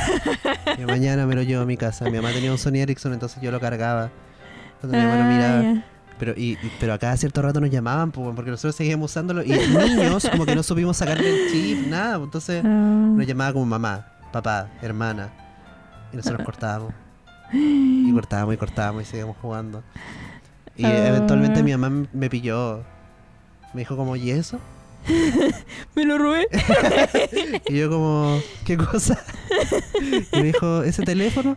Speaker 1: Y mañana me lo llevo a mi casa. Mi mamá tenía un Sony Ericsson, entonces yo lo cargaba. Cuando mi mamá lo
Speaker 2: ah,
Speaker 1: miraba.
Speaker 2: ya.
Speaker 1: Pero, y, y- pero a cada cierto rato nos llamaban, pues, weón, porque nosotros seguíamos usándolo. Y niños, como que no supimos sacarle el chip, nada. pues, Entonces
Speaker 2: Ah.
Speaker 1: nos llamaba como mamá, papá, hermana. Y nosotros cortábamos. Y cortábamos y cortábamos y seguíamos jugando. Y eh, eventualmente
Speaker 2: Ah.
Speaker 1: mi mamá m- me pilló. Me dijo como, ¿y eso?
Speaker 2: Me lo robé.
Speaker 1: Y yo como, ¿qué cosa? Y me dijo, ¿ese teléfono?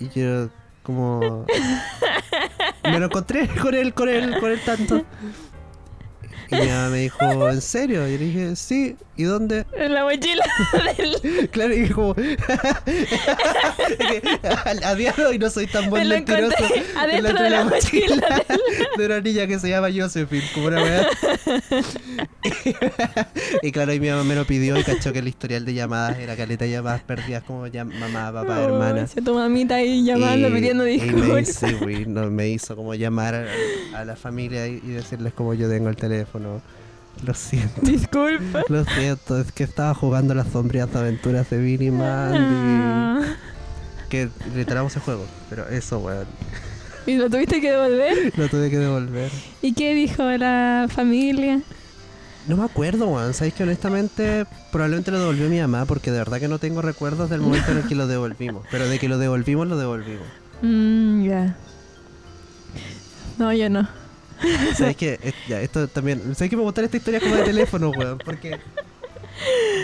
Speaker 1: Y yo como... Me lo encontré con él, con él, con él tanto. Y mi mamá me dijo, ¿en serio? Y le dije, sí, ¿y dónde?
Speaker 2: En la mochila del.
Speaker 1: Claro, y como... a, a día de hoy no soy tan
Speaker 2: Me
Speaker 1: buen
Speaker 2: lo
Speaker 1: mentiroso.
Speaker 2: encontré adentro de la mochila.
Speaker 1: de una niña que se llama Josephine, como una weá. y claro, y mi mamá me lo pidió y cachó que el historial de llamadas era caleta de llamadas perdidas como ya mamá, papá,
Speaker 2: Oh,
Speaker 1: hermana.
Speaker 2: Se tu mamita ahí llamando,
Speaker 1: Y-
Speaker 2: pidiendo
Speaker 1: y me hizo,
Speaker 2: disculpas.
Speaker 1: sí, güey, no, me hizo como llamar a, a la familia y, y decirles como yo tengo el teléfono. Lo siento,
Speaker 2: Disculpa.
Speaker 1: lo siento, es que estaba jugando las sombrías aventuras de Billy y Mandy.
Speaker 2: Ah.
Speaker 1: Que le ese juego, pero eso, weón,
Speaker 2: ¿Y lo tuviste que devolver?
Speaker 1: lo tuve que devolver.
Speaker 2: ¿Y qué dijo la familia?
Speaker 1: No me acuerdo, Juan. Sabéis que honestamente probablemente lo devolvió mi mamá porque de verdad que no tengo recuerdos del momento en el que lo devolvimos. Pero de que lo devolvimos, lo devolvimos.
Speaker 2: Mm, ya. No, yo no.
Speaker 1: Sabéis que es- ya, esto también. Sabéis que me contar esta historia como de teléfono, weón. Porque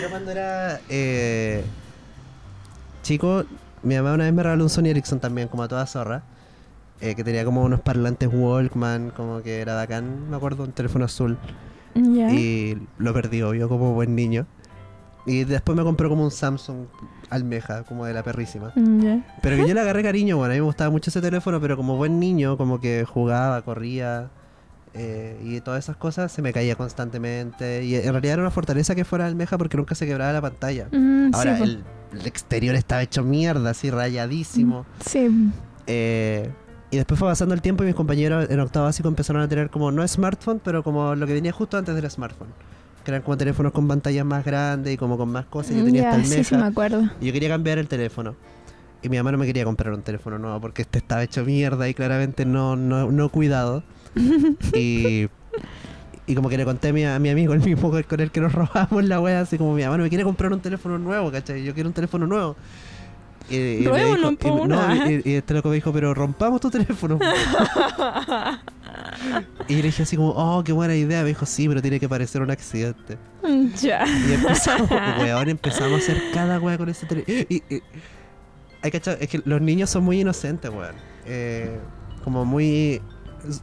Speaker 1: yo cuando era eh, chico, mi mamá una vez me regaló un Sony Ericsson también, como a toda zorra. eh, que tenía como unos parlantes Walkman, como que era bacán, me acuerdo, un teléfono azul.
Speaker 2: Ya.
Speaker 1: Y lo perdí, obvio, como buen niño. Y después me compró como un Samsung almeja, como de la perrísima.
Speaker 2: Mm, Ya.
Speaker 1: Pero que yo le agarré cariño, bueno, a mí me gustaba mucho ese teléfono, pero como buen niño, como que jugaba, corría eh, y todas esas cosas, se me caía constantemente. Y en realidad era una fortaleza que fuera almeja porque nunca se quebraba la pantalla.
Speaker 2: Mm,
Speaker 1: Ahora,
Speaker 2: sí, po.
Speaker 1: el, el exterior estaba hecho mierda, así rayadísimo.
Speaker 2: Sí.
Speaker 1: Eh, y después fue pasando el tiempo y mis compañeros en octavo básico empezaron a tener como, no smartphone, pero como lo que venía justo antes del smartphone. Que eran como teléfonos con pantallas más grandes y como con más cosas. Yo
Speaker 2: Mm,
Speaker 1: tenía
Speaker 2: ya,
Speaker 1: hasta
Speaker 2: sí, sí, me
Speaker 1: almeja.
Speaker 2: acuerdo.
Speaker 1: y yo quería cambiar el teléfono. Y mi mamá no me quería comprar un teléfono nuevo porque este estaba hecho mierda y claramente no, no, no cuidado. y, y como que le conté a mi, a mi amigo, el mismo con- con el que nos robamos la wea, así como mi mamá no me quiere comprar un teléfono nuevo, ¿cachai? Yo quiero un teléfono nuevo. Y, y me dijo,
Speaker 2: Robémonos, po,
Speaker 1: y- no,
Speaker 2: una.
Speaker 1: y- y este loco me dijo, pero rompamos tu teléfono. y yo le dije así como, oh, qué buena idea. Me dijo, sí, pero tiene que parecer un accidente.
Speaker 2: Mm, Ya.
Speaker 1: Y empezamos, weón, empezamos a hacer cada weá con ese teléfono. Y, y- hay cachado, es que los niños son muy inocentes, weón. Eh, como muy.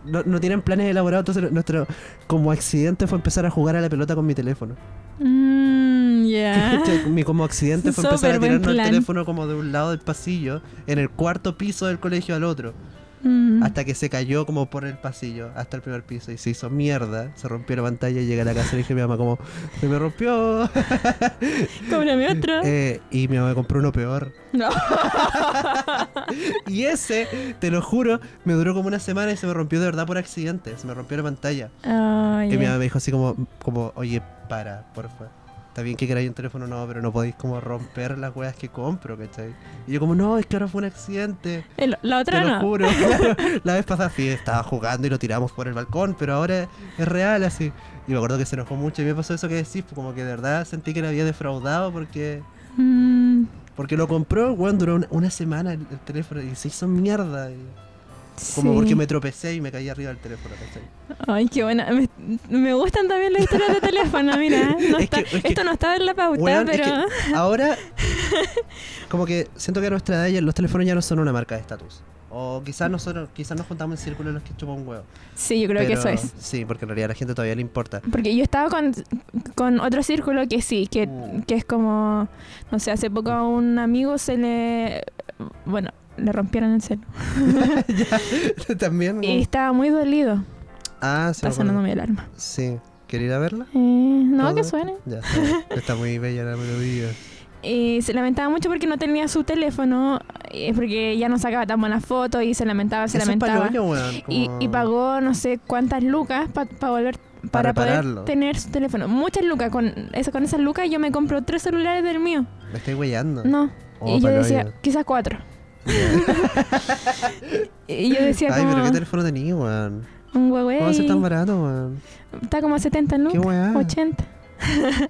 Speaker 1: No, no tienen planes elaborados, entonces nuestro como accidente fue empezar a jugar a la pelota con mi teléfono.
Speaker 2: Mm, ya.
Speaker 1: Che, Mi como accidente fue empezar
Speaker 2: Súper
Speaker 1: a
Speaker 2: buen
Speaker 1: tirarnos el
Speaker 2: plan.
Speaker 1: teléfono como de un lado del pasillo, en el cuarto piso del colegio al otro,
Speaker 2: Mm.
Speaker 1: hasta que se cayó como por el pasillo, hasta el primer piso, y se hizo mierda, se rompió la pantalla y llegué a la casa y le dije a mi mamá como, se me rompió.
Speaker 2: Ah. Cóbrame otro.
Speaker 1: Eh, y mi mamá me compró uno peor.
Speaker 2: No.
Speaker 1: Y ese, te lo juro, me duró como una semana y se me rompió de verdad por accidente. Se me rompió la pantalla.
Speaker 2: Ah,
Speaker 1: Y mi
Speaker 2: ya.
Speaker 1: mamá me dijo así como, como oye, para, porfa. Está bien que queráis un teléfono nuevo, pero no podéis como romper las weas que compro, ¿cachai? Y yo como, no, es que ahora fue un accidente.
Speaker 2: El- Eh, la otra
Speaker 1: Te lo
Speaker 2: no.
Speaker 1: juro. Claro, la vez pasada sí, estaba jugando y lo tiramos por el balcón, pero ahora es real así. Y me acuerdo que se enojó mucho y me pasó eso que decís, pues como que de verdad sentí que la había defraudado porque...
Speaker 2: Mm,
Speaker 1: Porque lo compró, weón, duró una, una semana el, el teléfono y se hizo mierda. y- como
Speaker 2: sí.
Speaker 1: porque me tropecé y me caí arriba del teléfono, ¿cachai?
Speaker 2: Ay, qué buena. Me, me gustan también las historias de teléfono, mira. No
Speaker 1: Es
Speaker 2: está-
Speaker 1: que- es que-
Speaker 2: esto no estaba en la pauta,
Speaker 1: Weón, es
Speaker 2: pero.
Speaker 1: que ahora, como que siento que a nuestra edad ya los teléfonos ya no son una marca de estatus. O quizás nosotros, quizás nos juntamos en círculo los que chupan un huevo.
Speaker 2: Sí, yo creo que
Speaker 1: Pero-
Speaker 2: eso es.
Speaker 1: Sí, porque en realidad a la gente todavía le importa.
Speaker 2: Porque yo estaba con, con otro círculo que sí, que,
Speaker 1: Mm.
Speaker 2: que es como, no sé, hace poco a un amigo se le, bueno, le rompieron el seno.
Speaker 1: También.
Speaker 2: Y estaba muy dolido.
Speaker 1: Ah, sí. me
Speaker 2: Está sonando
Speaker 1: acuerdo.
Speaker 2: mi alarma.
Speaker 1: Sí. ¿Quería ir a verla?
Speaker 2: Eh, no,
Speaker 1: ¿Todo
Speaker 2: que
Speaker 1: esto?
Speaker 2: suene.
Speaker 1: Ya, está, está muy bella la melodía.
Speaker 2: Y se lamentaba mucho porque no tenía su teléfono, eh, porque ya no sacaba tan buenas fotos y se lamentaba, se
Speaker 1: Eso es
Speaker 2: lamentaba.
Speaker 1: palollo, weón,
Speaker 2: y,
Speaker 1: como-
Speaker 2: y pagó no sé cuántas lucas para volver
Speaker 1: Para
Speaker 2: para
Speaker 1: repararlo.
Speaker 2: poder tener su teléfono. Muchas lucas. Con, eso, con esas lucas yo me compro tres celulares del mío.
Speaker 1: Me estoy weyando.
Speaker 2: No.
Speaker 1: Oh,
Speaker 2: y yo
Speaker 1: palollo.
Speaker 2: decía, quizás cuatro. y yo decía
Speaker 1: Ay,
Speaker 2: como
Speaker 1: pero qué teléfono tenía, weón.
Speaker 2: un Huawei.
Speaker 1: ¿Cómo hace tan barato, weón?
Speaker 2: Está como a 70
Speaker 1: Qué
Speaker 2: lucas.
Speaker 1: weá.
Speaker 2: 80.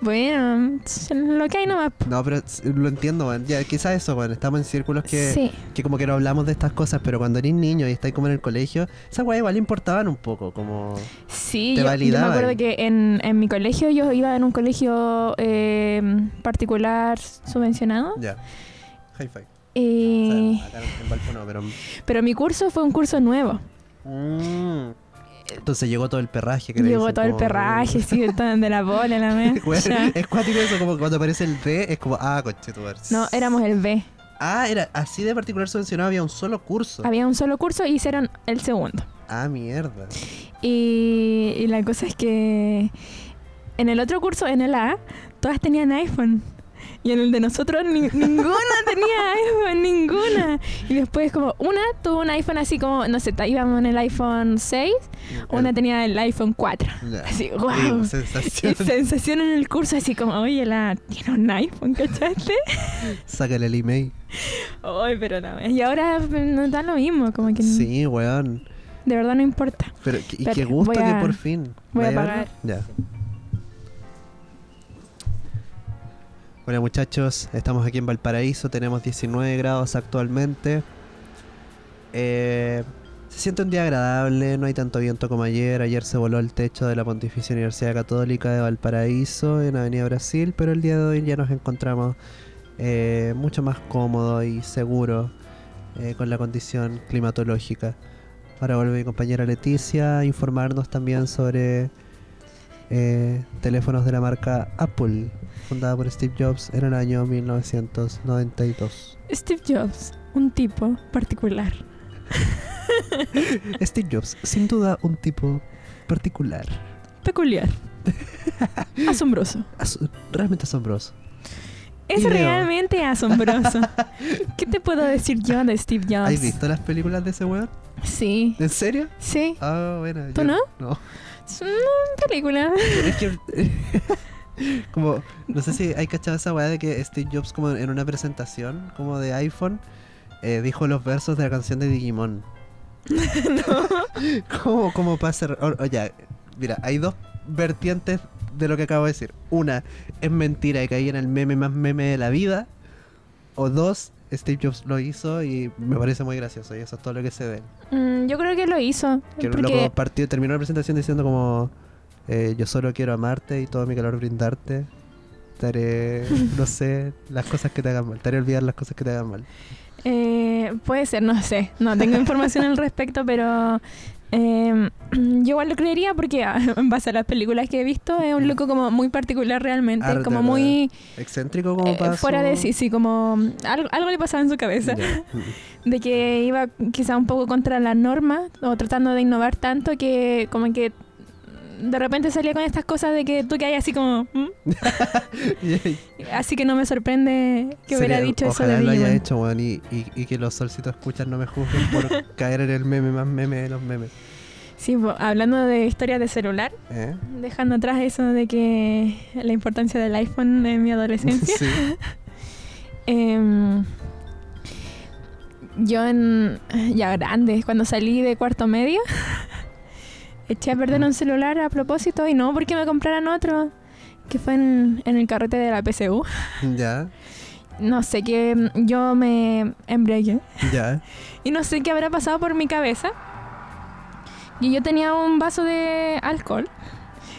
Speaker 2: bueno, es lo que hay nomás. po.
Speaker 1: No, pero s- lo entiendo, weón. Ya, quizás eso, weón. Estamos en círculos que,
Speaker 2: Sí.
Speaker 1: que como que no hablamos de estas cosas, pero cuando eres niño y estás como en el colegio, esas weas igual importaban un poco, como...
Speaker 2: Sí,
Speaker 1: Te
Speaker 2: yo, yo me
Speaker 1: validaban.
Speaker 2: acuerdo que en, en mi colegio yo iba en un colegio eh, particular subvencionado.
Speaker 1: Ya. High five.
Speaker 2: eh,
Speaker 1: O sea, acá en Valpo no, pero...
Speaker 2: pero mi curso fue un curso nuevo.
Speaker 1: Mm. Entonces llegó todo el perraje que le
Speaker 2: Llegó
Speaker 1: dicen,
Speaker 2: todo el
Speaker 1: como-
Speaker 2: perraje, ¿eh? sí, estaban de la bola, la
Speaker 1: Weón,
Speaker 2: mesa.
Speaker 1: es cuático eso, como cuando aparece el D, es como, ah, conchetumar.
Speaker 2: No, éramos el B.
Speaker 1: Ah, era así de particular subvencionado, había un solo curso.
Speaker 2: Había un solo curso y hicieron el segundo.
Speaker 1: Ah, mierda.
Speaker 2: Y, y la cosa es que en el otro curso, en el A, todas tenían iPhone. Y en el de nosotros ni- ninguna tenía iPhone, ninguna. Y después como una tuvo un iPhone así como, no sé, ta- íbamos en el iPhone 6, una
Speaker 1: Eh,
Speaker 2: tenía el iPhone 4.
Speaker 1: ya.
Speaker 2: Así,
Speaker 1: Sí,
Speaker 2: wow.
Speaker 1: sensación.
Speaker 2: Y sensación en el curso, así como, oye, la tiene un iPhone, ¿cachaste?
Speaker 1: Sácale el email.
Speaker 2: Ay, pero no. Y ahora pues, nos da lo mismo, como que
Speaker 1: Sí, weón.
Speaker 2: de verdad no importa.
Speaker 1: Pero, que- y
Speaker 2: Espera,
Speaker 1: qué gusto
Speaker 2: voy
Speaker 1: que
Speaker 2: a-
Speaker 1: por fin.
Speaker 2: voy a
Speaker 1: ¿Vaya
Speaker 2: apagar.
Speaker 1: verlo? Ya. Bueno, muchachos, estamos aquí en Valparaíso. Tenemos 19 grados actualmente. Eh, se siente un día agradable, no hay tanto viento como ayer. Ayer se voló el techo de la Pontificia Universidad Católica de Valparaíso en Avenida Brasil, pero el día de hoy ya nos encontramos eh, mucho más cómodo y seguro eh, con la condición climatológica. Ahora vuelve mi compañera Leticia a informarnos también sobre eh, teléfonos de la marca Apple, fundada por Steve Jobs en el año 1992.
Speaker 2: Steve Jobs, un tipo particular.
Speaker 1: Steve Jobs, sin duda un tipo particular,
Speaker 2: peculiar. Asombroso.
Speaker 1: Aso- realmente asombroso.
Speaker 2: Es
Speaker 1: Ideo.
Speaker 2: realmente asombroso. ¿Qué te puedo decir yo de Steve
Speaker 1: ¿Has
Speaker 2: Jobs?
Speaker 1: visto las películas de ese weón?
Speaker 2: Sí,
Speaker 1: ¿En serio?
Speaker 2: sí.
Speaker 1: Ah, bueno.
Speaker 2: ¿Tú
Speaker 1: yo-
Speaker 2: no?
Speaker 1: No.
Speaker 2: Es una película.
Speaker 1: Es que... como, no sé si hay cachado esa weá de que Steve Jobs como en una presentación como de iPhone eh, dijo los versos de la canción de Digimon. ¿Cómo, cómo pasa? o- o ya, mira, hay dos vertientes de lo que acabo de decir. Una, es mentira y caí en el meme más meme de la vida. O dos, Steve Jobs lo hizo y me parece muy gracioso. Y eso es todo lo que se ve.
Speaker 2: Mm, yo creo que lo hizo.
Speaker 1: Que un
Speaker 2: Porque
Speaker 1: loco partió, terminó la presentación diciendo como eh, yo solo quiero amarte y todo mi calor brindarte. Te haré, no sé, las cosas que te hagan mal. Te haré olvidar las cosas que te hagan mal.
Speaker 2: eh, puede ser, no sé. No tengo información al respecto, pero eh, yo igual lo creería porque ah, en base a las películas que he visto es un loco como muy particular realmente.
Speaker 1: Arte,
Speaker 2: como muy
Speaker 1: Excéntrico como
Speaker 2: eh,
Speaker 1: para
Speaker 2: fuera
Speaker 1: su-
Speaker 2: de sí, sí, como mm, algo, algo le pasaba en su cabeza.
Speaker 1: Ya.
Speaker 2: de que iba quizá un poco contra la norma o tratando de innovar tanto que como que de repente salía con estas cosas de que tú que hay así como "Mm". así que no me sorprende que hubiera
Speaker 1: Sería-
Speaker 2: dicho eso
Speaker 1: ojalá
Speaker 2: de
Speaker 1: lo haya
Speaker 2: Digimon.
Speaker 1: hecho, weón, y, y- y que los solcitos escuchan no me juzguen por caer en el meme más meme de los memes.
Speaker 2: Sí, po, hablando de historias de celular,
Speaker 1: ¿Eh?
Speaker 2: dejando atrás eso de que la importancia del iPhone en mi adolescencia.
Speaker 1: Sí.
Speaker 2: Em, yo en ya grande, cuando salí de cuarto medio, eché a perder un celular a propósito y no porque me compraran otro, que fue en, en el carrete de la PSU.
Speaker 1: Ya,
Speaker 2: No sé qué, mm, yo me embriagué
Speaker 1: ya.
Speaker 2: y no sé qué habrá pasado por mi cabeza. Y yo tenía un vaso de alcohol,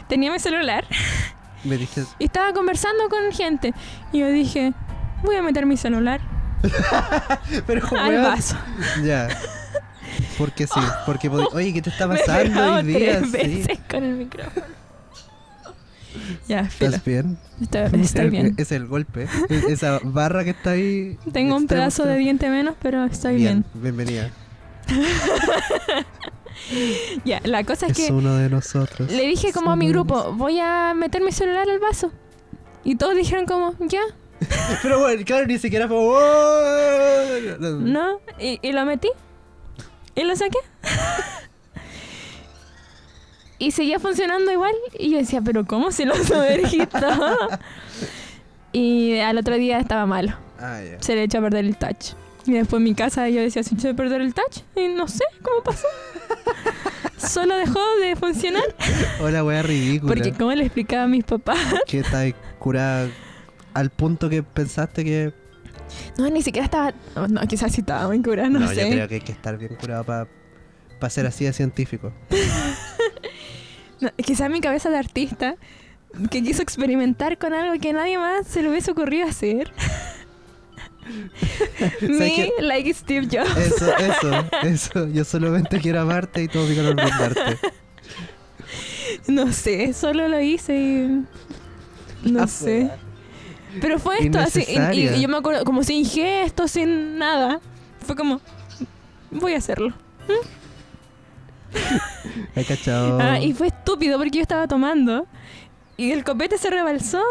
Speaker 2: tenía mi celular
Speaker 1: Me dije,
Speaker 2: y estaba conversando con gente. Y yo dije, voy a meter mi celular
Speaker 1: Pero como
Speaker 2: al vaso.
Speaker 1: Ya. Porque sí, porque pod- Oye, ¿qué te está
Speaker 2: Me he
Speaker 1: pasando
Speaker 2: pegado
Speaker 1: hoy día?
Speaker 2: tres
Speaker 1: Sí.
Speaker 2: veces con el micrófono. ya, filo.
Speaker 1: ¿Estás bien?
Speaker 2: Está- estoy bien.
Speaker 1: Es el golpe. Es- Esa barra que está ahí.
Speaker 2: Tengo un
Speaker 1: extremo,
Speaker 2: pedazo de
Speaker 1: extremo.
Speaker 2: diente menos, pero estoy bien.
Speaker 1: Bienvenida.
Speaker 2: Ya, la cosa es
Speaker 1: Es
Speaker 2: que
Speaker 1: uno de nosotros.
Speaker 2: le dije como a mi
Speaker 1: Somos-
Speaker 2: grupo, voy a meter mi celular al vaso. Y todos dijeron como, ya,
Speaker 1: Pero bueno, claro, ni siquiera fue. "Oh".
Speaker 2: no. Y, y lo metí. Y lo saqué. y seguía funcionando igual. Y yo decía, pero ¿cómo se lo sumergí todo? y al otro día estaba malo.
Speaker 1: Ah, ya.
Speaker 2: se le echó a perder el touch. Y después en mi casa yo decía, se echó a perder el touch. Y no sé cómo pasó. Solo dejó de funcionar.
Speaker 1: Hola, wea ridícula.
Speaker 2: Porque como le explicaba a mis papás,
Speaker 1: Que está curada al punto que pensaste que.
Speaker 2: no, ni siquiera estaba... oh, no, quizás sí estaba muy curada, no, sé.
Speaker 1: yo creo que hay que estar bien curado para ser así de científico.
Speaker 2: No, quizás mi cabeza de artista que quiso experimentar con algo que nadie más se le hubiese ocurrido hacer.
Speaker 1: ¿Sabes
Speaker 2: Me,
Speaker 1: qué?
Speaker 2: like Steve Jobs.
Speaker 1: Eso, eso, eso. Yo solamente quiero amarte y todo mi calor brindarte.
Speaker 2: No sé, solo lo hice y... No
Speaker 1: Ah,
Speaker 2: sé. Pero fue esto, así, y- y,
Speaker 1: Innecesaria.
Speaker 2: yo me acuerdo, como sin gesto, sin nada. Fue como, voy a hacerlo.
Speaker 1: He cachado.
Speaker 2: Ah, y fue estúpido porque yo estaba tomando. Y el copete se rebalsó.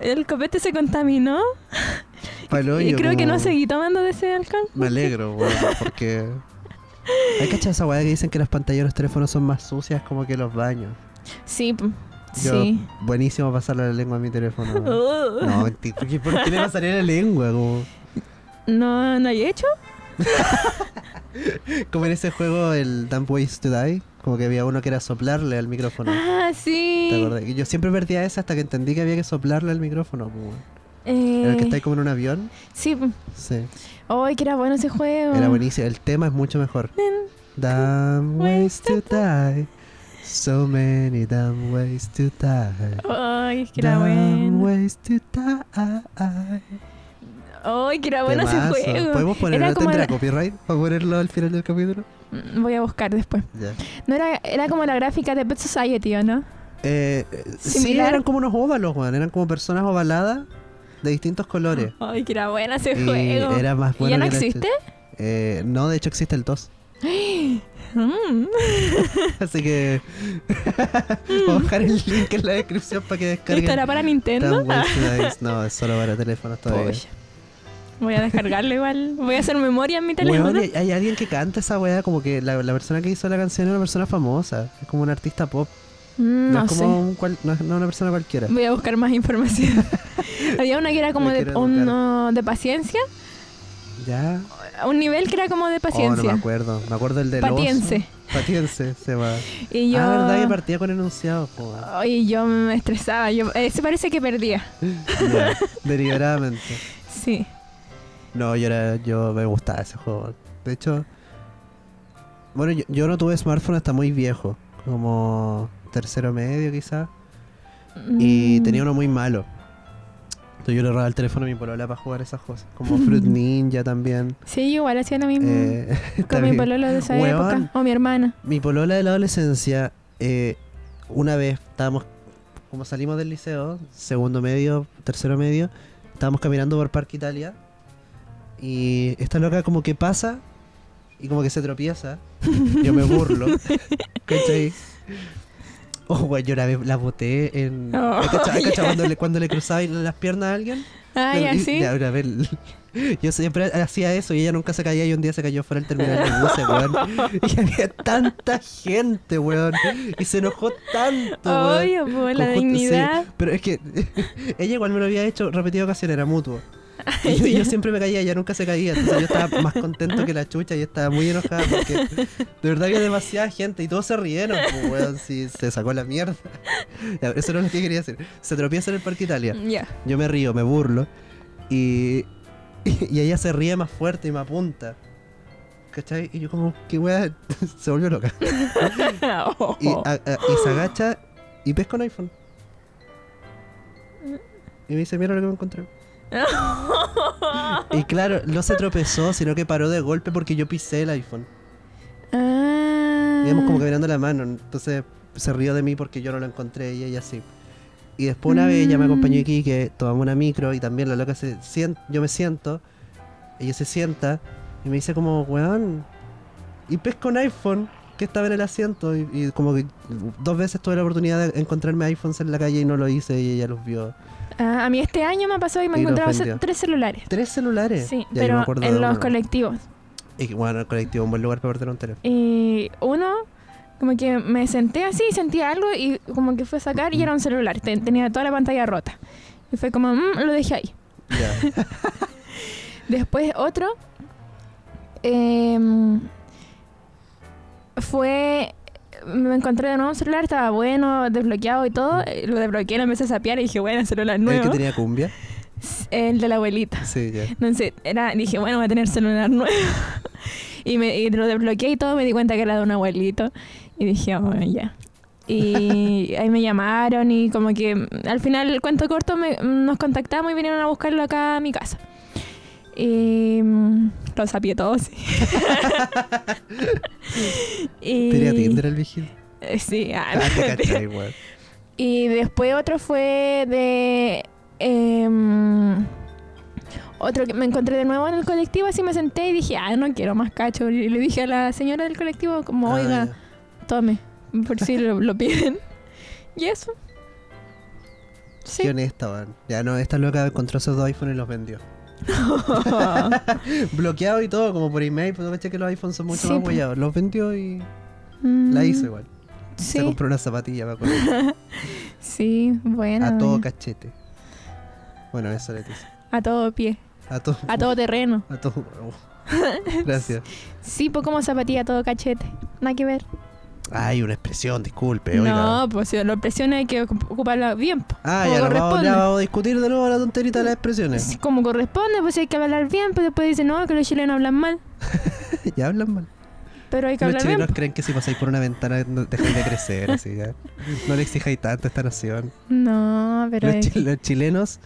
Speaker 2: El copete se contaminó.
Speaker 1: pa'l
Speaker 2: y
Speaker 1: hoyo,
Speaker 2: creo que no
Speaker 1: como-
Speaker 2: seguí tomando de ese alcohol.
Speaker 1: Me alegro, weón, porque. Hay cachado esa weá que dicen que las pantallas de los teléfonos son más sucias como que los baños.
Speaker 2: Sí, p-
Speaker 1: Yo,
Speaker 2: sí.
Speaker 1: Buenísimo pasarle la lengua a mi teléfono. weón.
Speaker 2: Uh,
Speaker 1: No, mentira, ¿por qué- ¿por qué le pasaría la lengua? Como,
Speaker 2: no, no hay hecho.
Speaker 1: como en ese juego, el Dumb Ways to Die, como que había uno que era soplarle al micrófono.
Speaker 2: Ah, sí.
Speaker 1: ¿Te acordás? Y Yo siempre perdía esa hasta que entendí que había que soplarle al micrófono. po, weón.
Speaker 2: Eh,
Speaker 1: En el que estáis como en un avión.
Speaker 2: Sí, p-
Speaker 1: Sí.
Speaker 2: ay, que era bueno ese juego.
Speaker 1: Era buenísimo. El tema es mucho mejor.
Speaker 2: Nen.
Speaker 1: Dumb ways to die. So many dumb ways to die.
Speaker 2: Ay, es Oh, que era
Speaker 1: Dumb
Speaker 2: bueno.
Speaker 1: ways to die.
Speaker 2: Ay, que era bueno ese
Speaker 1: Temazo.
Speaker 2: juego.
Speaker 1: ¿Podemos ponerlo?
Speaker 2: Era como
Speaker 1: ¿Tendrá
Speaker 2: la-
Speaker 1: copyright? ¿Para ponerlo al final del capítulo?
Speaker 2: Mm, Voy a buscar después.
Speaker 1: Ya.
Speaker 2: No era, era como la gráfica de Pet Society, ¿o no?
Speaker 1: Eh, eh, sí,
Speaker 2: Similar.
Speaker 1: eran como unos óvalos, Juan. Eran como personas ovaladas de distintos colores.
Speaker 2: Ay, que era bueno ese
Speaker 1: Y
Speaker 2: juego.
Speaker 1: era más
Speaker 2: ¿Y
Speaker 1: bueno
Speaker 2: ya no
Speaker 1: que la
Speaker 2: existe?
Speaker 1: chucha. Eh, no, de hecho existe el 2.
Speaker 2: Mm.
Speaker 1: Así que vamos a dejar el link en la descripción para que
Speaker 2: ¿Esto era
Speaker 1: descarguen.
Speaker 2: para Nintendo?
Speaker 1: Dumb Ways to Die. No, es solo para teléfonos
Speaker 2: Ah,
Speaker 1: todavía.
Speaker 2: polla. Voy a descargarlo igual. Voy a hacer memoria en mi teléfono.
Speaker 1: Weón, hay, hay alguien que canta esa weá, como que la, la persona que hizo la canción es una persona famosa, es como un artista pop,
Speaker 2: Mm,
Speaker 1: no,
Speaker 2: no
Speaker 1: es
Speaker 2: sé.
Speaker 1: como un cual- no es no una persona cualquiera.
Speaker 2: Voy a buscar más información. Había una que era como
Speaker 1: Me
Speaker 2: de,
Speaker 1: quiero educar.
Speaker 2: uno de paciencia.
Speaker 1: ¿Ya?
Speaker 2: a Un nivel que era como de
Speaker 1: Oh, no
Speaker 2: paciencia.
Speaker 1: me acuerdo, me acuerdo el de los
Speaker 2: Patiense.
Speaker 1: Patiense se va.
Speaker 2: y yo,
Speaker 1: Ah, verdad que partía con enunciado, joder.
Speaker 2: Ay, yo me estresaba. Yo, ese parece que perdía.
Speaker 1: Ya, deliberadamente.
Speaker 2: Sí.
Speaker 1: No, yo era, yo me gustaba ese juego. De hecho, bueno, yo, yo no tuve smartphone hasta muy viejo, como tercero medio quizás. Y
Speaker 2: Mm.
Speaker 1: tenía uno muy malo. Entonces yo le robaba el teléfono a mi polola para jugar esas cosas. Como Fruit Ninja también.
Speaker 2: Sí, yo igual hacía lo mismo.
Speaker 1: Eh,
Speaker 2: con
Speaker 1: también.
Speaker 2: mi pololo de esa
Speaker 1: Weón.
Speaker 2: época. O mi hermana.
Speaker 1: Mi polola de la adolescencia, eh, una vez estábamos, como salimos del liceo, segundo medio, tercero medio, estábamos caminando por Parque Italia. Y esta loca como que pasa y como que se tropieza. Yo me burlo. ¿Cachai? Oh, güey, yo la, la boté en...
Speaker 2: Oh,
Speaker 1: ¿Cachai? ¿Cachai?
Speaker 2: ya.
Speaker 1: Cuando, le, cuando le cruzaba las piernas a alguien.
Speaker 2: Ay,
Speaker 1: Claro, y-
Speaker 2: así.
Speaker 1: ya, una vez- yo siempre hacía eso y ella nunca se caía y un día se cayó fuera del terminal de buses, weón. Y había tanta gente, weón. Y se enojó tanto, weón.
Speaker 2: Obvio, po, la
Speaker 1: Con justo-
Speaker 2: dignidad.
Speaker 1: sí, pero es que ella igual me lo había hecho repetida ocasión, era mutuo. Y yo, yo siempre me caía, ella nunca se caía. Entonces yo estaba más contento que la chucha y estaba muy enojada porque de verdad había demasiada gente y todos se rieron. Pues, weón, sí, se sacó la mierda. Ya, Eso no es lo que quería decir. Se tropieza en el Parque Italia.
Speaker 2: Ya.
Speaker 1: Yo me río, me burlo. Y, y ella se ríe más fuerte y me apunta. ¿Cachai? Y yo como, qué wea, se volvió loca. Y,
Speaker 2: Oh.
Speaker 1: ah, a- a- y se agacha y pesca un iPhone. Y me dice, mira lo que me encontré. Y claro, no se tropezó, sino que paró de golpe porque yo pisé el iPhone.
Speaker 2: Ah.
Speaker 1: Íbamos como caminando la mano. Entonces se rió de mí porque yo no lo encontré y ella sí. Y después una vez ella me
Speaker 2: Mm.
Speaker 1: acompañó aquí que tomamos una micro y también la loca se sienta, yo me siento, ella se sienta y me dice como, weón, y pesco un iPhone que estaba en el asiento y, y como que dos veces tuve la oportunidad de encontrarme iPhones en la calle y no lo hice y ella los vio.
Speaker 2: Ah, a mí este año me ha pasado que me
Speaker 1: Y
Speaker 2: he
Speaker 1: lo
Speaker 2: encontrado
Speaker 1: vendió.
Speaker 2: tres celulares.
Speaker 1: Tres celulares.
Speaker 2: Sí,
Speaker 1: Ya, yo me
Speaker 2: pero
Speaker 1: acuerdo de
Speaker 2: en los
Speaker 1: uno.
Speaker 2: colectivos.
Speaker 1: Y que, bueno, el colectivo, un buen lugar para perder un teléfono.
Speaker 2: Y uno, como que me senté así, sentí algo y como que fue a sacar y era un celular. Ten- tenía toda la pantalla rota. Y fue como, "Mm, lo dejé ahí.
Speaker 1: Ya.
Speaker 2: Después otro em, fue me encontré de nuevo un celular, estaba bueno, desbloqueado y todo. eh, Lo desbloqueé, lo empecé a sapear y dije, bueno, celular
Speaker 1: el que
Speaker 2: nuevo.
Speaker 1: tenía cumbia.
Speaker 2: El de la abuelita.
Speaker 1: Sí, ya.
Speaker 2: Entonces era, dije, bueno, voy a tener celular nuevo. y, me, y lo desbloqueé y todo, me di cuenta que era de un abuelito. Y dije, "Ah, bueno, ya. Y ahí me llamaron y como que mm, al final, el cuento corto, me- mm, nos contactamos y vinieron a buscarlo acá a mi casa. Y mm, lo sapié todo, sí. y,
Speaker 1: Tenía Tinder el vigil.
Speaker 2: Eh, Sí, ah,
Speaker 1: Ah, te cachai, weón.
Speaker 2: y después otro fue de. em, otro que me encontré de nuevo en el colectivo, así me senté y dije, ah, no quiero más cacho. Y le dije a la señora del colectivo, como,
Speaker 1: Ah,
Speaker 2: oiga,
Speaker 1: ya.
Speaker 2: tome, por si lo, lo piden. Y eso.
Speaker 1: Qué
Speaker 2: Sí.
Speaker 1: honesta, weón. Ya no, esta loca encontró esos dos iPhones y los vendió. Bloqueado y todo, como por email, pues no caché que los iPhones son mucho
Speaker 2: Sí,
Speaker 1: más
Speaker 2: po.
Speaker 1: huellados. Los vendió y
Speaker 2: Mm,
Speaker 1: la hizo igual. Se
Speaker 2: Sí,
Speaker 1: compró una zapatilla, me acuerdo.
Speaker 2: sí, bueno.
Speaker 1: a todo
Speaker 2: bueno.
Speaker 1: cachete. Bueno, eso le dice.
Speaker 2: A todo pie,
Speaker 1: A todo.
Speaker 2: a todo terreno.
Speaker 1: a todo- uh. Gracias.
Speaker 2: Sí, pues como zapatilla, a todo cachete. Nada que ver.
Speaker 1: Ay, una expresión, disculpe, oiga.
Speaker 2: no, pues si lo presiona hay que ocup- ocuparla bien, pues.
Speaker 1: Ah, ya,
Speaker 2: como
Speaker 1: nos vamos,
Speaker 2: corresponde.
Speaker 1: ya vamos a discutir de nuevo la tonterita de las expresiones.
Speaker 2: Sí, como corresponde, pues hay que hablar bien, pero después dicen, no, que los chilenos hablan mal,
Speaker 1: ya hablan mal.
Speaker 2: pero hay que
Speaker 1: Los
Speaker 2: hablar bien.
Speaker 1: chilenos creen que si pasáis por una ventana no- dejáis de crecer, así ya. No le exijáis tanto a esta nación.
Speaker 2: No, pero...
Speaker 1: Los,
Speaker 2: es-
Speaker 1: chi- los chilenos,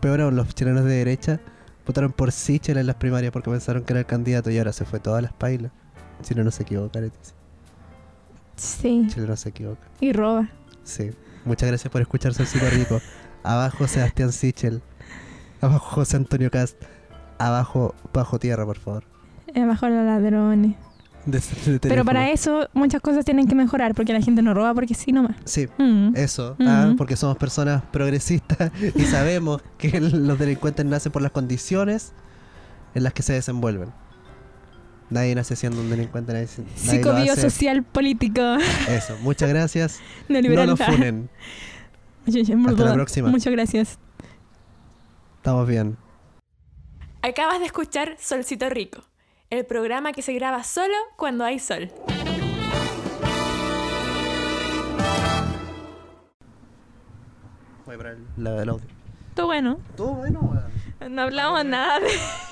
Speaker 1: peor aún, los chilenos de derecha, votaron por Sichel en las primarias porque pensaron que era el candidato y ahora se fue todas las pailas. Chile no se equivoca, Leticia.
Speaker 2: Sí,
Speaker 1: Chile no se equivoca.
Speaker 2: y roba.
Speaker 1: Sí. Muchas gracias por escuchar Solcito Rico. Abajo Sebastián Sichel. Abajo José Antonio Cast. Abajo Bajo Tierra, por favor.
Speaker 2: eh, Bajo los ladrones.
Speaker 1: De- de
Speaker 2: Pero
Speaker 1: teléfono.
Speaker 2: para eso muchas cosas tienen que mejorar, porque la gente no roba porque sí nomás.
Speaker 1: Sí.
Speaker 2: Mm.
Speaker 1: Eso, ah,
Speaker 2: Ujú.
Speaker 1: porque somos personas progresistas y sabemos que los delincuentes nacen por las condiciones en las que se desenvuelven. Nadie nace siendo un delincuente, nadie, se- nadie lo hace.
Speaker 2: Psicobiosocial político
Speaker 1: Eso, muchas gracias. No
Speaker 2: neoliberal.
Speaker 1: nos funen. Hasta la próxima.
Speaker 2: Muchas gracias.
Speaker 1: Estamos bien.
Speaker 3: Acabas de escuchar Solcito Rico, el programa que se graba solo cuando hay sol.
Speaker 1: Voy a parar el audio.
Speaker 2: Todo bueno.
Speaker 1: Todo bueno,
Speaker 2: No hablamos nada de...